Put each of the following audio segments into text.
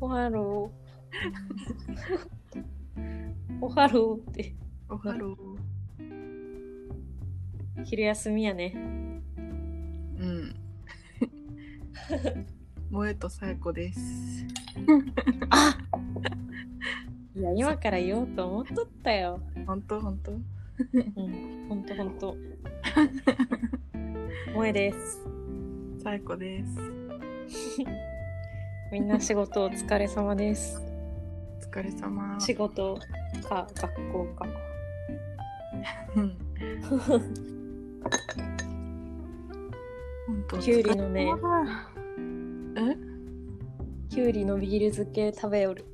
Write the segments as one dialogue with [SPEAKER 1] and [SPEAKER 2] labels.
[SPEAKER 1] はろう。おはろうって。
[SPEAKER 2] おはろう。
[SPEAKER 1] 昼休みやね。
[SPEAKER 2] うん。萌えとさえこです。
[SPEAKER 1] あいや、今から言おうと思っとったよ。
[SPEAKER 2] 本当本当。
[SPEAKER 1] うん、ほんとほんと。萌えです。
[SPEAKER 2] さえこです。
[SPEAKER 1] みんな仕事お疲れ様です。
[SPEAKER 2] お疲れ様。
[SPEAKER 1] 仕事か学校か。
[SPEAKER 2] うん。本当。
[SPEAKER 1] きゅうりのね
[SPEAKER 2] お疲れ様だ。え、
[SPEAKER 1] きゅうりのビール漬け食べよる。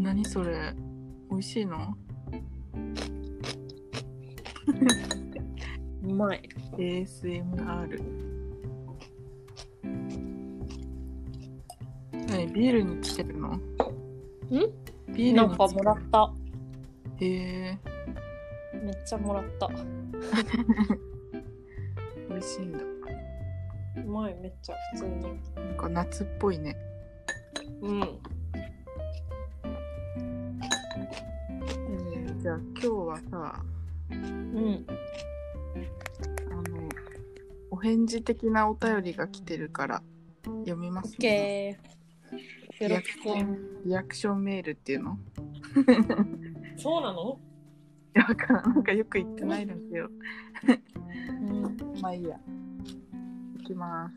[SPEAKER 2] 何それ。美味しいの。
[SPEAKER 1] うまい。
[SPEAKER 2] A. S. M. R.。何ビールにつけるの。んビールにつける
[SPEAKER 1] なんかもらった。
[SPEAKER 2] へえ
[SPEAKER 1] めっちゃもらった。う
[SPEAKER 2] 美味しいんだ。
[SPEAKER 1] まい、めっちゃ普通に。
[SPEAKER 2] なんか夏っぽいね。
[SPEAKER 1] うん。
[SPEAKER 2] えーじゃあ今日はさ、
[SPEAKER 1] うん。
[SPEAKER 2] あの、お返事的なお便りが来てるから読みま
[SPEAKER 1] オ
[SPEAKER 2] す
[SPEAKER 1] ッケー。
[SPEAKER 2] リ
[SPEAKER 1] よ
[SPEAKER 2] ア
[SPEAKER 1] ろ
[SPEAKER 2] ク
[SPEAKER 1] し
[SPEAKER 2] シ
[SPEAKER 1] く
[SPEAKER 2] ョ。ンリアクションメールっていうの
[SPEAKER 1] そうなの
[SPEAKER 2] いや、わからん。なんかよく言ってないんだよ。
[SPEAKER 1] うん。
[SPEAKER 2] まあいいや。いきます。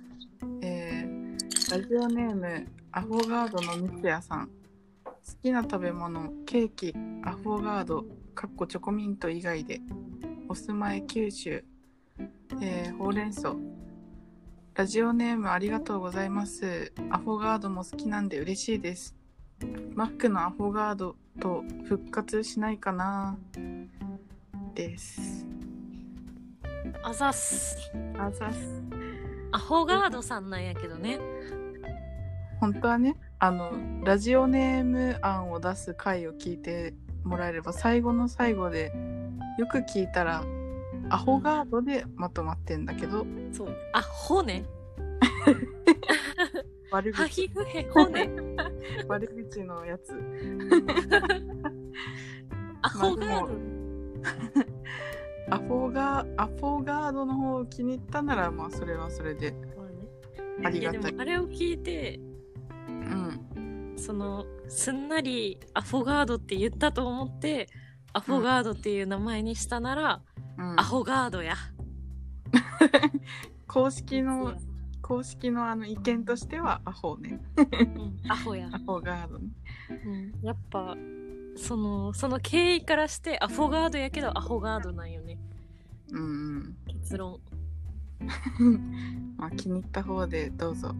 [SPEAKER 2] えー、ラジオネーム、アフォガードの三ツ矢さん。好きな食べ物、ケーキ、アフォガード、かっこチョコミント以外で。お住まい九州、えーほうれん草。ラジオネームありがとうございます。アフォガードも好きなんで嬉しいです。マックのアフォガードと復活しないかなです。
[SPEAKER 3] あざっす。
[SPEAKER 2] あざっす。
[SPEAKER 3] アホガードさんなんやけどね。
[SPEAKER 2] 本当はねあのラジオネーム案を出す回を聞いてもらえれば最後の最後でよく聞いたらアホガードでまとまってんだけど、
[SPEAKER 3] そう。アホね。
[SPEAKER 2] 悪
[SPEAKER 3] ハ
[SPEAKER 2] 口
[SPEAKER 3] ヒフヘホね。
[SPEAKER 2] 悪口のやつ
[SPEAKER 3] アホガード。
[SPEAKER 2] アフォガアフォガードの方を気に入ったならまあそれはそれであり
[SPEAKER 3] いや
[SPEAKER 2] が
[SPEAKER 3] で
[SPEAKER 2] た
[SPEAKER 3] も
[SPEAKER 2] い
[SPEAKER 3] あれを聞いて、
[SPEAKER 2] うん
[SPEAKER 3] そのすんなりアフォガードって言ったと思って、アフォガードっていう名前にしたなら、
[SPEAKER 2] うん
[SPEAKER 3] アホガードや。
[SPEAKER 2] 公式の公式のあの意見としてはアホね
[SPEAKER 3] うんアホや。
[SPEAKER 2] アフォガードね
[SPEAKER 3] うんやっぱそのその経緯からしてアフォガードやけどアホガードなんよね。
[SPEAKER 2] うんうん
[SPEAKER 3] 結論。
[SPEAKER 2] まあ気に入った方でどうぞ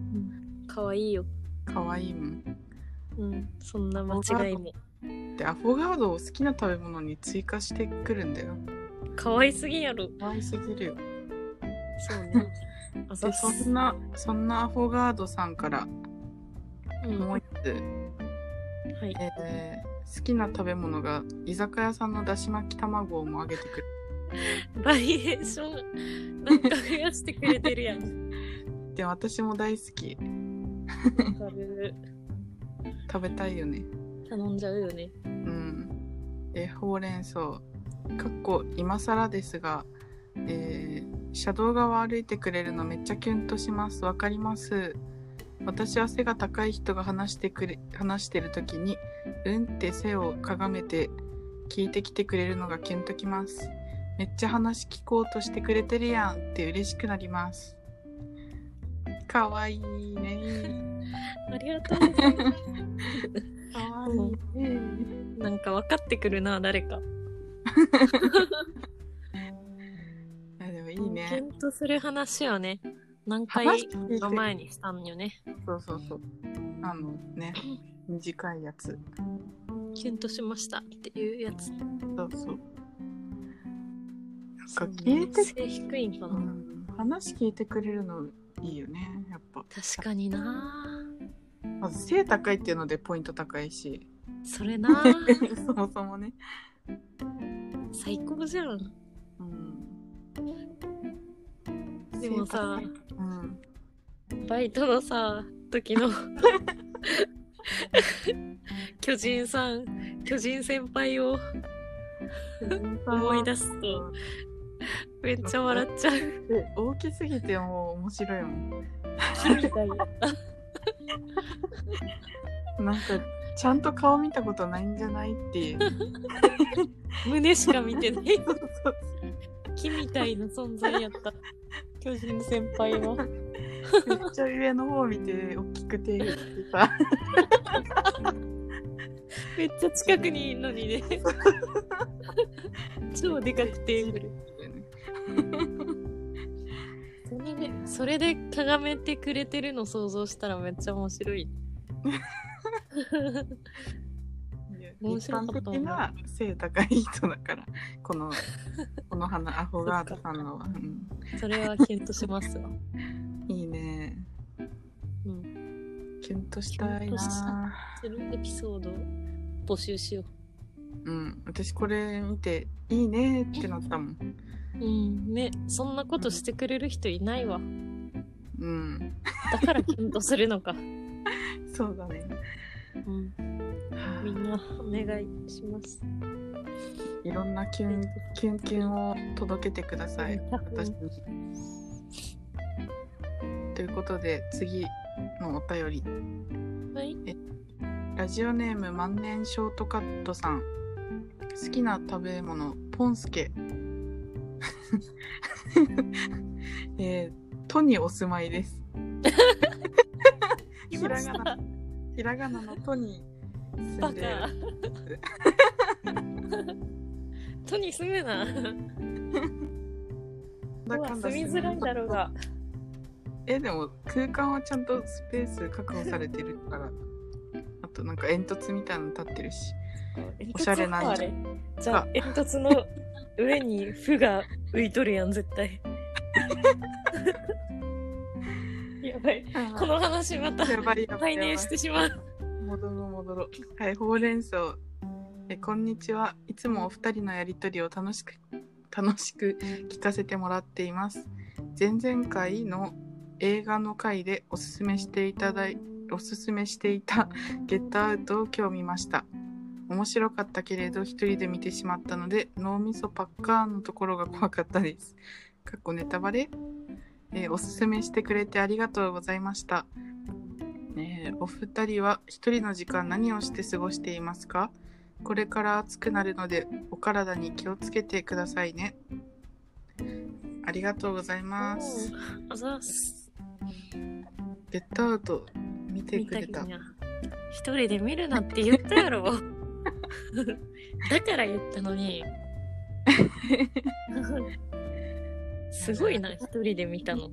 [SPEAKER 3] 可愛いよ。
[SPEAKER 2] 可愛いもん
[SPEAKER 3] うん。そんな間違いも。
[SPEAKER 2] でアフォガードを好きな食べ物に追加してくるんだよ
[SPEAKER 3] 可愛すぎやろ。
[SPEAKER 2] 可愛すぎるよ
[SPEAKER 3] そう ね。あざ
[SPEAKER 2] で
[SPEAKER 3] っす
[SPEAKER 2] そんなそんなアフォガードさんから
[SPEAKER 3] うん
[SPEAKER 2] もう
[SPEAKER 3] は
[SPEAKER 2] 一つ、
[SPEAKER 3] い。
[SPEAKER 2] えー好きな食べ物が居酒屋さんのだし巻き卵をもあげてくる
[SPEAKER 3] バリエーション、なんか増やしてくれてる やん。
[SPEAKER 2] で私も大好き
[SPEAKER 3] わかる
[SPEAKER 2] 食べたいよね
[SPEAKER 3] 頼んじゃうよ ね。
[SPEAKER 2] うんでほうれん草かっこ今更ですがえー車道側歩いてくれるのめっちゃキュンとしますわかります私は背が高い人が話してくれ話してる時にうんって背をかがめて聞いてきてくれるのがキュンときますめっちゃ話聞こうとしてくれてるやんって嬉しくなりますかわいいね
[SPEAKER 3] ありがとうございま
[SPEAKER 2] かわいいね
[SPEAKER 3] す。なんか分かってくるな、誰か。
[SPEAKER 2] いやでもいいね
[SPEAKER 3] キュンとする話をね、何
[SPEAKER 2] 話
[SPEAKER 3] 回
[SPEAKER 2] 聞いて
[SPEAKER 3] か前にしたんよね。
[SPEAKER 2] そうそうそう。あのね、短いやつ。
[SPEAKER 3] キュンとしましたっていうやつ。なん
[SPEAKER 2] そうそう。か聞いて
[SPEAKER 3] 背低いんか
[SPEAKER 2] う
[SPEAKER 3] な。
[SPEAKER 2] ん、話聞いてくれるのいいよね、やっぱ。
[SPEAKER 3] 確かにな
[SPEAKER 2] まず背高いっていうのでポイント高い し、
[SPEAKER 3] それな
[SPEAKER 2] そもそもね。
[SPEAKER 3] 最高じゃん。
[SPEAKER 2] うん、
[SPEAKER 3] でもさ
[SPEAKER 2] 背高い、うん、
[SPEAKER 3] バイトのさ、時の巨人さん、巨人先輩を思い出すと、めっちゃ笑っちゃ う。
[SPEAKER 2] え大きすぎてもう面白いもんなんかちゃんと顔見たことないんじゃないって いう
[SPEAKER 3] 胸しか見てない。
[SPEAKER 2] そうそう
[SPEAKER 3] 木みたいな存在やった。巨人先輩は。
[SPEAKER 2] そうめっちゃ上の方見て大きく 手振ってさ
[SPEAKER 3] めっちゃ近くにいるのに ね。超でかくて振る。それで、それでかがめてくれてるの想像したらめっちゃ面白 い。面
[SPEAKER 2] 一
[SPEAKER 3] 白か
[SPEAKER 2] 般
[SPEAKER 3] った
[SPEAKER 2] 的な背高い人だからこ のこの花アフォガードさんのは、うん
[SPEAKER 3] それはキュンとしますわ。
[SPEAKER 2] いいね
[SPEAKER 3] うん。
[SPEAKER 2] キュンとした
[SPEAKER 3] キ
[SPEAKER 2] い
[SPEAKER 3] ュンとした
[SPEAKER 2] な
[SPEAKER 3] そのエピソードを募集しよ
[SPEAKER 2] うん私これ見ていいねってなったもん
[SPEAKER 3] う。うん。ね、そんなことしてくれる人いないわ。
[SPEAKER 2] うん
[SPEAKER 3] だからキュンとするの か。
[SPEAKER 2] そうだね
[SPEAKER 3] うん。みんなお願いします。
[SPEAKER 2] いろんなキュンキュンキュンを届けてください。私にということで次のお便り
[SPEAKER 3] はい。
[SPEAKER 2] ラジオネーム万年ショートカットさん好きな食べ物ポンスケ えー、都にお住まいです
[SPEAKER 3] 来
[SPEAKER 2] ひ
[SPEAKER 3] ま
[SPEAKER 2] ら
[SPEAKER 3] し
[SPEAKER 2] が
[SPEAKER 3] た
[SPEAKER 2] な。ひらがなの都に住
[SPEAKER 3] バ
[SPEAKER 2] んでる
[SPEAKER 3] カ。都に住むな。
[SPEAKER 2] なんだかんだ
[SPEAKER 3] 住みづらいだろうが。
[SPEAKER 2] えでも空間はちゃんとスペース確保されてるからあとなんか煙突みたいなの立ってるしおしゃれなん
[SPEAKER 3] あ
[SPEAKER 2] じゃ
[SPEAKER 3] れ。じゃあ
[SPEAKER 2] あ
[SPEAKER 3] 煙突の上に負が浮いとるやん絶 対。やばい。 この話また
[SPEAKER 2] やばいやばい
[SPEAKER 3] 概
[SPEAKER 2] や
[SPEAKER 3] 念
[SPEAKER 2] ば
[SPEAKER 3] してしまう。
[SPEAKER 2] い戻ろう戻ろうはいほうれん草えこんにちはいつもお二人のやりとりを楽しく楽しく聞かせてもらっています前々回の映画の回でおすすめしていただいおすすめしていた 「ゲットアウト」を今日見ました面白かったけれど一人で見てしまったので脳みそパッカーンのところが怖かったですかっこネタバレ、えーおすすめしてくれてありがとうございました、えーお二人は一人の時間何をして過ごしていますかこれから暑くなるのでお体に気をつけてくださいねありがとうございます
[SPEAKER 3] あざっす。
[SPEAKER 2] ゲットアウト見て
[SPEAKER 3] 見
[SPEAKER 2] く
[SPEAKER 3] た
[SPEAKER 2] れ
[SPEAKER 3] り
[SPEAKER 2] た。
[SPEAKER 3] な。一人で見るなって言ったやろ。 だから言ったのに。すごいな、一人で見たの。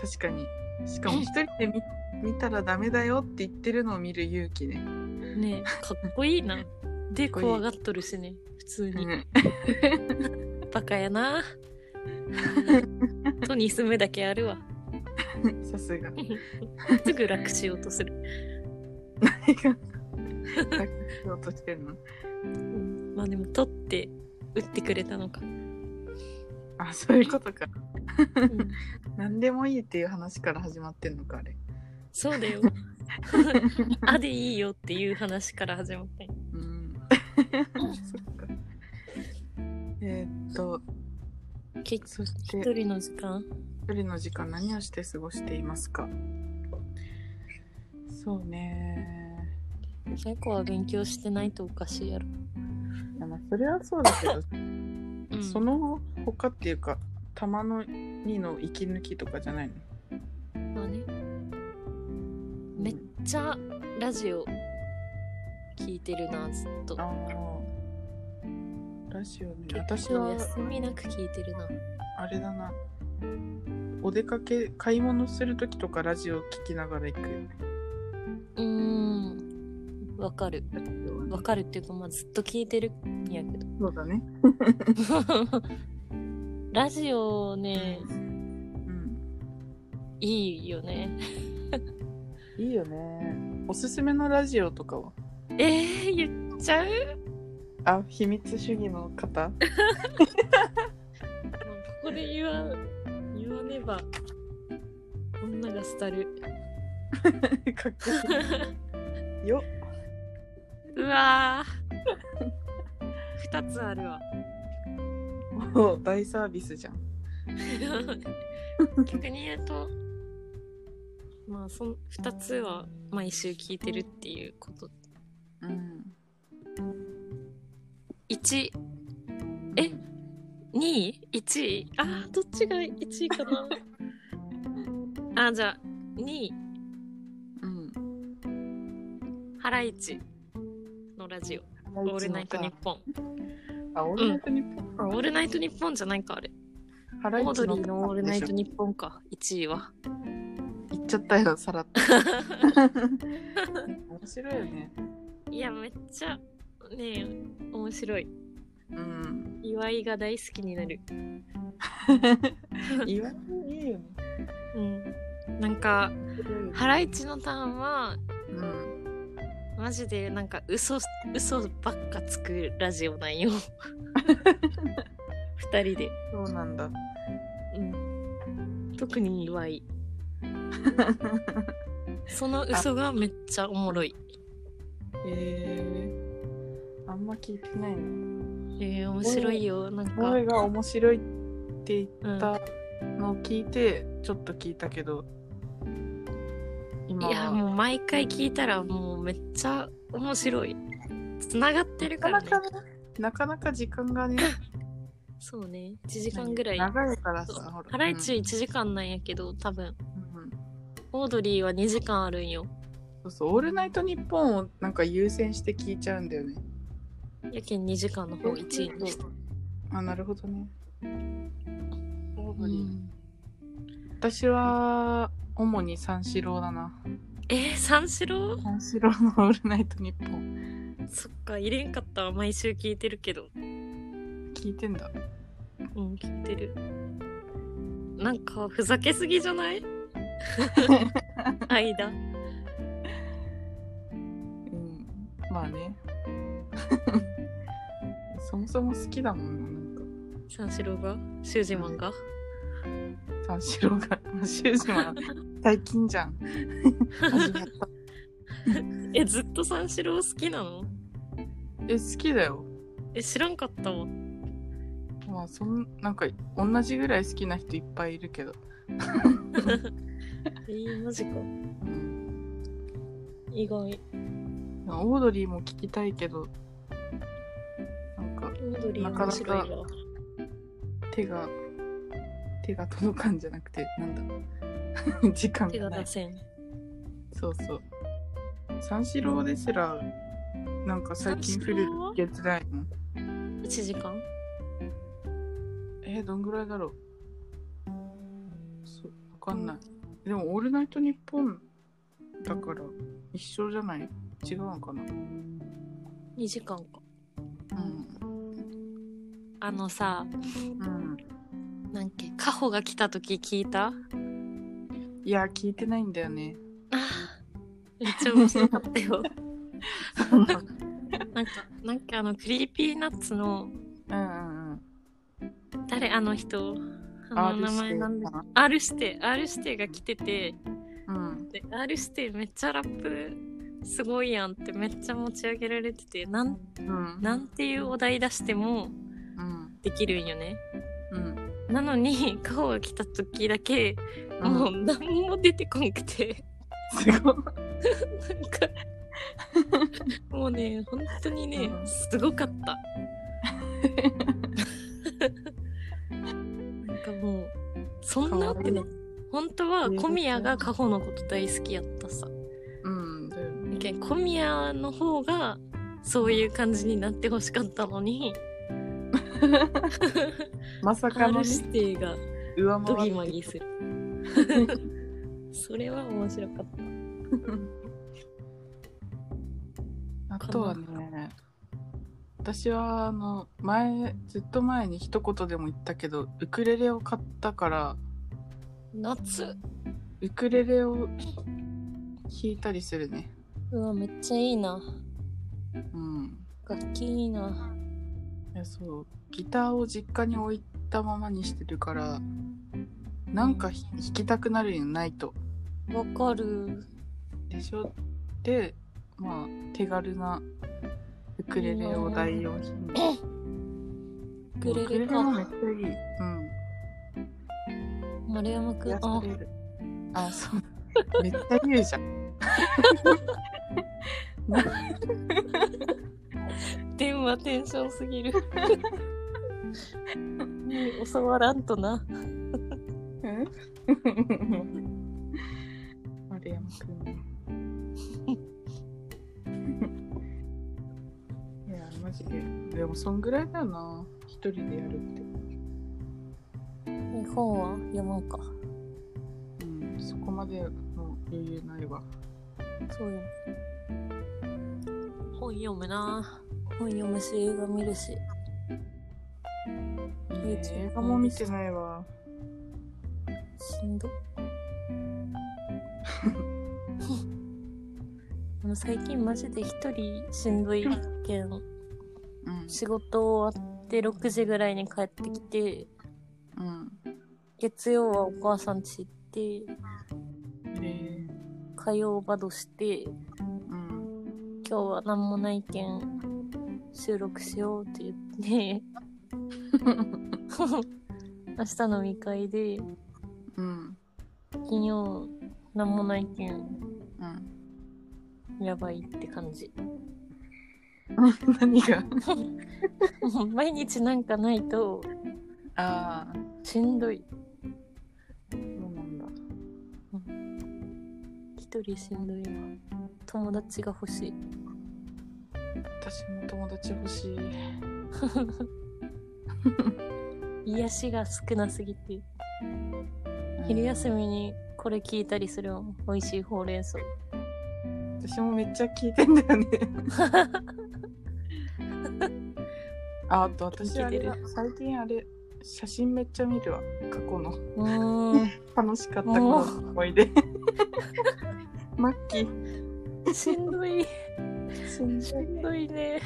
[SPEAKER 2] 確かに。しかも一人で見見たらダメだよって言ってるのを見る勇気ね。
[SPEAKER 3] ねえかっこいいな。で、
[SPEAKER 2] かっこいい
[SPEAKER 3] 怖がっとるしね、普通に。
[SPEAKER 2] ね
[SPEAKER 3] バカやな。とに住むだけあるわ。
[SPEAKER 2] さすが。
[SPEAKER 3] すぐ楽しようとする。
[SPEAKER 2] 何が楽しようとしてるの
[SPEAKER 3] まあでも、取って、打ってくれたのか。
[SPEAKER 2] あ、そういうことか。
[SPEAKER 3] うん
[SPEAKER 2] 何でもいいっていう話から始まってんのか、あれ。
[SPEAKER 3] そう だよ。あでいいよっていう話から始まった。
[SPEAKER 2] うん。そっか。えーっと、
[SPEAKER 3] 結
[SPEAKER 2] そして
[SPEAKER 3] 局、一人の時間
[SPEAKER 2] 一人の時間何をして過ごしていますかそうね
[SPEAKER 3] 猫は勉強してないとおかしいやろ。
[SPEAKER 2] いやまあそれはそうだけど
[SPEAKER 3] うん、
[SPEAKER 2] その他っていうか玉の2の息抜きとかじゃないの
[SPEAKER 3] まあね、めっちゃラジオ聞いてるな、ずっと。
[SPEAKER 2] ああラジオね
[SPEAKER 3] 結
[SPEAKER 2] 私
[SPEAKER 3] 構
[SPEAKER 2] は
[SPEAKER 3] 休みなく聞いてるな。
[SPEAKER 2] あれだなお出かけ買い物する時とかラジオ聞きながら行くよね
[SPEAKER 3] うーん。わかる。
[SPEAKER 2] ラジオはね
[SPEAKER 3] わかるっていうか、まあ、ずっと聞いてるんや けど。
[SPEAKER 2] そうだね
[SPEAKER 3] ラジオね、
[SPEAKER 2] うん
[SPEAKER 3] いいよね。
[SPEAKER 2] いいよねおすすめのラジオとかは
[SPEAKER 3] えー、言っちゃう
[SPEAKER 2] あ秘密主義の 方
[SPEAKER 3] ここで言わ、言わねば、女が廃る。
[SPEAKER 2] かっこいいよ
[SPEAKER 3] うわー 2つあるわ
[SPEAKER 2] もう大サービスじゃん
[SPEAKER 3] 逆に言うとまあその2つは毎週聞いてるっていうこと
[SPEAKER 2] うん
[SPEAKER 3] 1え2位 ?1 位あーどっちが1位か なあーじゃあ2位
[SPEAKER 2] うん
[SPEAKER 3] ハライチのラジオ「オールナイトニッポン」
[SPEAKER 2] あオールナイトニッポン
[SPEAKER 3] あオールナイトニッポンじゃないかあれ
[SPEAKER 2] ハ
[SPEAKER 3] オ
[SPEAKER 2] ライチ
[SPEAKER 3] ードリーの「オールナイト
[SPEAKER 2] でし
[SPEAKER 3] ニッポン」か1位は
[SPEAKER 2] ょ言っちゃったよさらっと面白いよね
[SPEAKER 3] いやめっちゃねえ面白い
[SPEAKER 2] うん
[SPEAKER 3] 岩井が大好きになる
[SPEAKER 2] 言わないいよね
[SPEAKER 3] うんなんかハライチのターンは
[SPEAKER 2] うん
[SPEAKER 3] マジでなんか嘘嘘ばっかつくラジオなん よ二人で、
[SPEAKER 2] そうなんだ
[SPEAKER 3] うん、特に岩井その嘘がめっちゃおもろい
[SPEAKER 2] えー、あんま聞いてないね
[SPEAKER 3] えー、面白いよなんか、
[SPEAKER 2] 声が面白いって言っ
[SPEAKER 3] うん、
[SPEAKER 2] たのを聞いてちょっと聞いたけど今
[SPEAKER 3] いや
[SPEAKER 2] は
[SPEAKER 3] もう毎回聞いたらもうめっちゃ面白いつながってる
[SPEAKER 2] なかな
[SPEAKER 3] からね
[SPEAKER 2] かねなかなか時間がね
[SPEAKER 3] そうね1時間ぐらい
[SPEAKER 2] 長いからさ
[SPEAKER 3] そう
[SPEAKER 2] ほら
[SPEAKER 3] ハライチ1時間なんやけど多分
[SPEAKER 2] うんうん
[SPEAKER 3] オードリーは2時間あるんよ
[SPEAKER 2] そうそう「オールナイトニッポン」をなんか優先して聞いちゃうんだよね
[SPEAKER 3] やけん2時間の方1位にした、
[SPEAKER 2] あなるほどねオー
[SPEAKER 3] う
[SPEAKER 2] ドリー
[SPEAKER 3] ん
[SPEAKER 2] 私は主に三四郎だな
[SPEAKER 3] えー、三四郎
[SPEAKER 2] 三四郎の「オールナイトニッポン
[SPEAKER 3] そっか入れんかったわ毎週聞いてるけど」
[SPEAKER 2] 聞いてんだ
[SPEAKER 3] うん聞いてるなんかふざけすぎじゃ ない間
[SPEAKER 2] うんまあね そもそも好きだもんななん
[SPEAKER 3] 三四郎が修二マンが
[SPEAKER 2] か三四郎が終始は最近じゃん始まった
[SPEAKER 3] えずっと三四郎好きなの
[SPEAKER 2] え好きだよ
[SPEAKER 3] え知らんかったわ
[SPEAKER 2] まあそんなんか同じぐらい好きな人いっぱいいるけど、
[SPEAKER 3] えー、マジか
[SPEAKER 2] うん、
[SPEAKER 3] 意外
[SPEAKER 2] オードリーも聞きたいけどなんか
[SPEAKER 3] オードリー
[SPEAKER 2] なかな
[SPEAKER 3] 面
[SPEAKER 2] か
[SPEAKER 3] 白いわ
[SPEAKER 2] 手が手が届かんじゃなくてなんだ ろう時間
[SPEAKER 3] 手
[SPEAKER 2] が
[SPEAKER 3] が
[SPEAKER 2] ない
[SPEAKER 3] 出せん
[SPEAKER 2] そうそう三四郎ですらなんか最近触れるやつないの
[SPEAKER 3] 1時間
[SPEAKER 2] えー、どんぐらいだろうそうわかんないでも「オールナイトニッポン」だから一緒じゃない違うのかな
[SPEAKER 3] 2時間か
[SPEAKER 2] うん
[SPEAKER 3] あのさ
[SPEAKER 2] うん
[SPEAKER 3] なんっけカホが来た時聞いたあ
[SPEAKER 2] いや聞いてないんだよね
[SPEAKER 3] ーめっちゃ面白かっ たよ
[SPEAKER 2] うん
[SPEAKER 3] なんかなんかあのクリーピーナッツの
[SPEAKER 2] うんうん
[SPEAKER 3] 誰あの人あの名前なんだ R 指定 R 指定が来てて
[SPEAKER 2] うん
[SPEAKER 3] で R 指定めっちゃラップすごいやんってめっちゃ持ち上げられててなん
[SPEAKER 2] うん
[SPEAKER 3] なんていうお題出しても
[SPEAKER 2] うん
[SPEAKER 3] できるんよね
[SPEAKER 2] うん
[SPEAKER 3] なのにカホが来た時だけもう何も出てこんくて
[SPEAKER 2] すごい
[SPEAKER 3] なんかもうね本当にね、
[SPEAKER 2] うん
[SPEAKER 3] すごかった なんかもうそんなってね本当は小宮がカホのこと大好きやったさ
[SPEAKER 2] うんだよね
[SPEAKER 3] だけど小宮の方がそういう感じになってほしかったのに
[SPEAKER 2] まさか
[SPEAKER 3] R
[SPEAKER 2] のね
[SPEAKER 3] 指定が
[SPEAKER 2] 上
[SPEAKER 3] ド
[SPEAKER 2] 回
[SPEAKER 3] ギ
[SPEAKER 2] っ
[SPEAKER 3] マギする それは面白かった
[SPEAKER 2] あとはね私はあの前ずっと前に一言でも言ったけどウクレレを買ったから
[SPEAKER 3] 夏
[SPEAKER 2] ウクレレを弾いたりするね
[SPEAKER 3] うわめっちゃいいな
[SPEAKER 2] うん
[SPEAKER 3] 楽器いいない
[SPEAKER 2] やそうギターを実家に置いたままにしてるからなんかひ弾きたくなるよないと
[SPEAKER 3] わかる
[SPEAKER 2] でしょでまあ手軽なウクレレを代用品に
[SPEAKER 3] ウクレレ
[SPEAKER 2] もめっ
[SPEAKER 3] か。
[SPEAKER 2] ちゃいいうん
[SPEAKER 3] 丸山くん。
[SPEAKER 2] 癒
[SPEAKER 3] あ
[SPEAKER 2] さ、れるあそうめっちゃ言うじゃ ん
[SPEAKER 4] 天はテンションすぎる。 教わらんとな。
[SPEAKER 2] 丸山く んいやマジででもそんぐらいだな一人でやるって
[SPEAKER 3] 絵本は読もうか。
[SPEAKER 2] うんそこまでの余裕ないわ
[SPEAKER 3] そうよ。
[SPEAKER 4] 本読むな。
[SPEAKER 3] 本読むし、映画見るし。
[SPEAKER 2] いいね映画も見てないわ
[SPEAKER 3] し んど。でも最近マジで一人しんどいけん
[SPEAKER 2] うん
[SPEAKER 3] 仕事終わって6時ぐらいに帰ってきて
[SPEAKER 2] うん
[SPEAKER 3] 月曜はお母さんち行って
[SPEAKER 2] え
[SPEAKER 3] 火曜バドして今
[SPEAKER 2] ーうん
[SPEAKER 3] 日は何もないけん収録しようって言って 明日の見会で
[SPEAKER 2] うん
[SPEAKER 3] 金曜何もないけん
[SPEAKER 2] うん
[SPEAKER 3] やばいって感じ
[SPEAKER 2] 何が
[SPEAKER 3] 毎日なんかないと
[SPEAKER 2] ああ
[SPEAKER 3] しんどい
[SPEAKER 2] そうなんだ
[SPEAKER 3] 一人しんどいわ友達が欲しい
[SPEAKER 2] 私も友達欲しい
[SPEAKER 3] 癒しが少なすぎて昼休みにこれ聞いたりするもん美味しいほうれん草
[SPEAKER 2] うん私もめっちゃ聞いてんだよねああと私あれだ
[SPEAKER 3] 聞
[SPEAKER 2] 最近あれ写真めっちゃ見るわ過去の
[SPEAKER 3] うーん
[SPEAKER 2] 楽しかった頃の思い出マッキー
[SPEAKER 3] しんどい
[SPEAKER 2] 死ん
[SPEAKER 3] しんどいね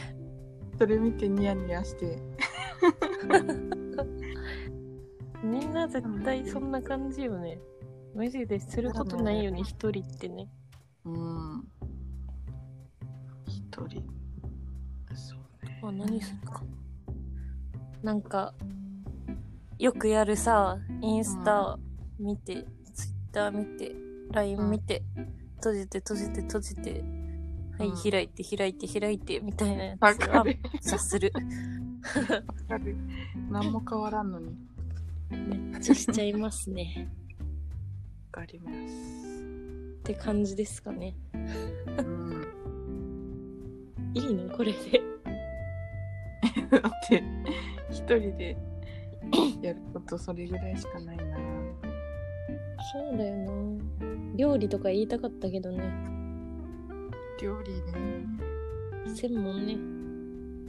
[SPEAKER 2] それ見てニヤニヤして
[SPEAKER 3] みんな絶対そんな感じよねマジですることないよね一人ってね
[SPEAKER 2] うん。一人。そうね。
[SPEAKER 3] あ何するかなんかよくやるさインスタ見て、ツイッター見て LINE 見て、閉じて閉じて閉じて、は
[SPEAKER 2] うん
[SPEAKER 3] い開いて開いて開いてみたいなやつ
[SPEAKER 2] わか
[SPEAKER 3] はめっ
[SPEAKER 2] る。
[SPEAKER 3] ちゃ する
[SPEAKER 2] わかる。何も変わらんのに。わ
[SPEAKER 3] めっちゃしちゃいますね
[SPEAKER 2] かります。
[SPEAKER 3] って感じですかね
[SPEAKER 2] うん。だ
[SPEAKER 3] いいのこれで
[SPEAKER 2] って、一人でやることそれぐらいしかないな。
[SPEAKER 3] そうだよな料理とか言いたかったけどね
[SPEAKER 2] 料理ね。
[SPEAKER 3] 専門ね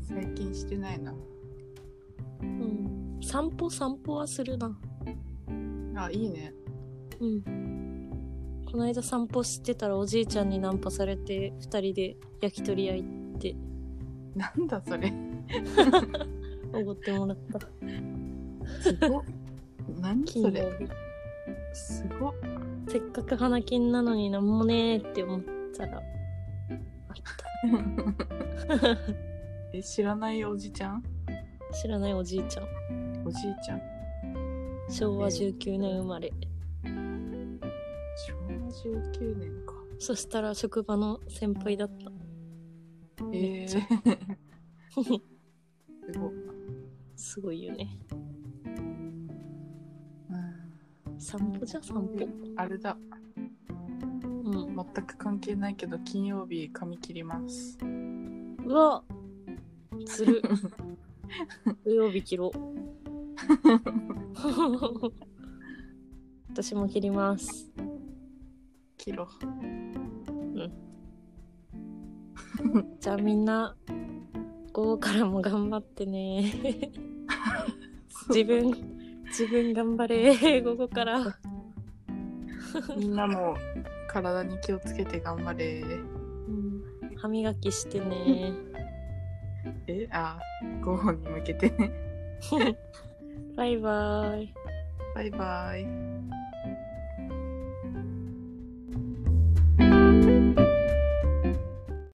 [SPEAKER 2] 最近してないな。
[SPEAKER 3] うん散歩散歩はするな
[SPEAKER 2] あ、いいね。
[SPEAKER 3] うん。この間散歩してたらおじいちゃんにナンパされて二人で焼き鳥屋行っ
[SPEAKER 2] なんだそれ。
[SPEAKER 3] おごってもらった。
[SPEAKER 2] すご。何そ
[SPEAKER 3] 金
[SPEAKER 2] れ
[SPEAKER 3] 曜。日。
[SPEAKER 2] す ご。
[SPEAKER 3] せっかく花金なのになんもねーって思ったら。あっ
[SPEAKER 2] え、知らないおじちゃん
[SPEAKER 3] た。知らないおじいちゃん。
[SPEAKER 2] おじいちゃん。
[SPEAKER 3] 昭和19年生まれ。
[SPEAKER 2] 昭和19年か。
[SPEAKER 3] そしたら職場の先輩だった。
[SPEAKER 2] ええ
[SPEAKER 3] めっち ゃ
[SPEAKER 2] ー。すごい。
[SPEAKER 3] すごいよね。
[SPEAKER 2] うん
[SPEAKER 3] 散歩じゃ散歩。
[SPEAKER 2] あれだ
[SPEAKER 3] うん。
[SPEAKER 2] 全く関係ないけど金曜日髪切ります
[SPEAKER 3] うわつる。土曜日切ろう。私も切ります。
[SPEAKER 2] 切ろ
[SPEAKER 3] じゃあみんな午後からも頑張ってね自分自分頑張れ午後から
[SPEAKER 2] う みんなも体に気をつけて頑張れ
[SPEAKER 3] 歯磨きしてね
[SPEAKER 2] えあご飯に向けてね
[SPEAKER 3] バイバイ
[SPEAKER 2] バイバイ